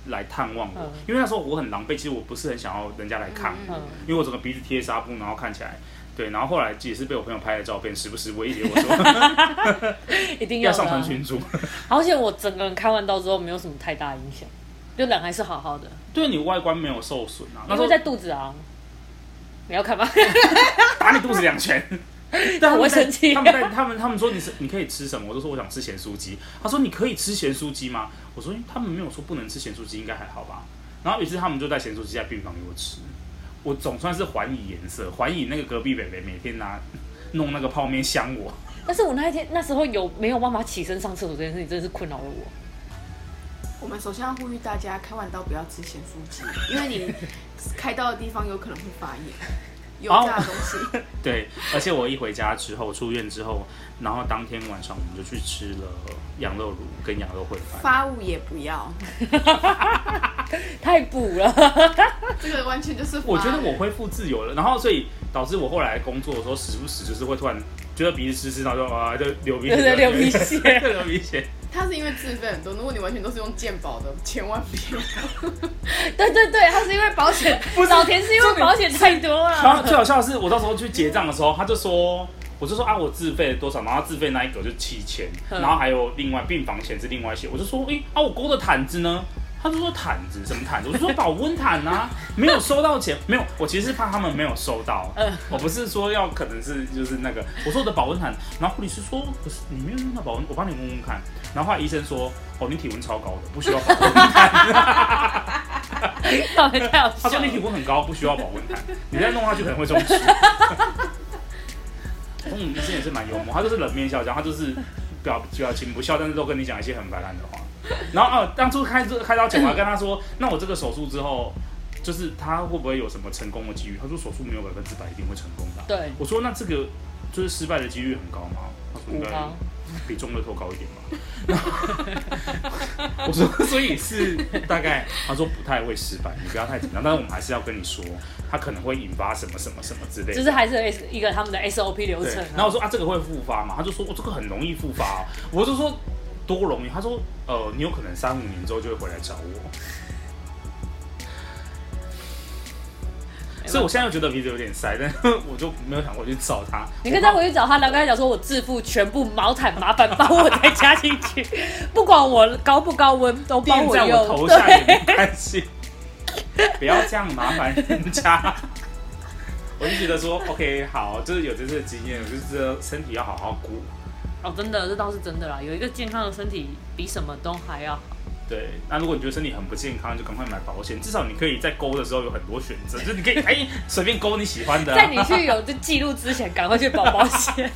Speaker 1: 来探望我，
Speaker 2: 嗯
Speaker 1: 因为那时候我很狼狈，其实我不是很想要人家来看我，
Speaker 2: 嗯
Speaker 1: 因为我整个鼻子贴纱布，然后看起来。对，然后后来也是被我朋友拍的照片，时不时威胁 我说
Speaker 2: 一定
Speaker 1: 要
Speaker 2: 的啊
Speaker 1: 上传群主。
Speaker 2: 而且我整个人开完刀之后没有什么太大影响，就人还是好好的，
Speaker 1: 对你外观没有受损啊，那时
Speaker 2: 因
Speaker 1: 候
Speaker 2: 为在肚子啊。你要看吗？
Speaker 1: 打你肚子两拳。但他们
Speaker 2: 我会
Speaker 1: 在
Speaker 2: 生气
Speaker 1: 他们在他们他们说你是你可以吃什么？我就说我想吃咸酥鸡。他说你可以吃咸酥鸡吗？我说嗯他们没有说不能吃咸酥鸡，应该还好吧。然后于是他们就带咸酥鸡在病房给我吃。我总算是还以颜色，还以那个隔壁北北每天拿弄那个泡面香我。
Speaker 2: 但是我那一天那时候有没有办法起身上厕所这件事情，真的是困扰了我。
Speaker 3: 我们首先要呼吁大家，开完刀不要吃咸酥 鸡，因为你开刀的地方有可能会发炎， 油炸的东西。
Speaker 1: 对，而且我一回家之后，出院之后，然后当天晚上我们就去吃了羊肉炉跟羊肉烩饭。
Speaker 3: 发物也不要，
Speaker 2: 太补了，
Speaker 3: 这个完全就是发
Speaker 1: 我觉得我恢复自由了，然后所以导致我后来工作的时候，时不时就是会突然觉得鼻子湿湿，然后就啊就流鼻血，
Speaker 2: 对流 鼻血
Speaker 1: 流鼻血。
Speaker 3: 他是因为自费很多，如果你完全都是用健保的，千万别要。
Speaker 2: 对对对，他是因为 保险，老田是因为保险太多啊
Speaker 1: 然后
Speaker 2: 了。
Speaker 1: 最好笑的是，我到时候去结账的时候，他就说，我就说啊，我自费多少，然后他自费那一格就七千，
Speaker 2: 嗯
Speaker 1: 然后还有另外病房钱是另外一些，我就说，诶，啊，我勾的毯子呢？他就说毯子什么毯子？我就说保温毯啊，没有收到钱，没有，我其实是怕他们没有收到，
Speaker 2: 嗯
Speaker 1: 我不是说要可能是就是那个，我说我的保温毯，然后护理师说，可是你没有用到保温，我帮你问问看，然后后来医生说，哦，你体温超高的，不需要保温毯。
Speaker 2: 老田太好
Speaker 1: 他
Speaker 2: 笑
Speaker 1: 说你体
Speaker 2: 了。
Speaker 1: 温很高，不需要保温 毯，你再弄下去可能会中暑。嗯，医生也是蛮幽默，他就是冷面笑匠，他就是表表情不笑，但是都跟你讲一些很白烂的话。然后哦，当初开开刀前我还跟他说，那我这个手术之后，就是他会不会有什么成功的机遇？他说手术没有百分之百一定会成功的啊。
Speaker 2: 对，
Speaker 1: 我说那这个就是失败的几率很高吗？他说应
Speaker 2: 五
Speaker 1: 该
Speaker 2: 高
Speaker 1: 比中乐透高一点吧。 然后我说所以是大概，他说不太会失败，你不要太紧张，但是我们还是要跟你说，它可能会引发什么什么什么之类的。
Speaker 2: 就是还是有 S 一个他们的 SOP 流
Speaker 1: 对
Speaker 2: 程、，
Speaker 1: 然后我说啊，这个会复发吗？他就说，我、哦这个很容易复发、哦。我就说多容易？他说，呃，你有可能三五年之后就会回来找我。
Speaker 2: 办
Speaker 1: 所
Speaker 2: 法
Speaker 1: 以我现在又觉得鼻子有点塞，但是我就没有想过去找他。
Speaker 2: 你可以再回去找他，然后跟他讲说，我自付全部毛毯，麻烦帮我再加进去， 不管我高不高温都帮
Speaker 1: 垫在我
Speaker 2: 用。
Speaker 1: 头上也
Speaker 2: 对，
Speaker 1: 没关系， 不要这样麻烦人家。我就觉得说，OK，好，就是有这次的经验，我就是觉得身体要好好顾。
Speaker 2: 哦，真的，这倒是真的啦，有一个健康的身体比什么都还要好。
Speaker 1: 对，那如果你觉得身体很不健康，就赶快买保险，至少你可以在勾的时候有很多选择，就是你可以哎随便勾你喜欢的啊、
Speaker 2: 在你去有这记录之前，赶快去保保险。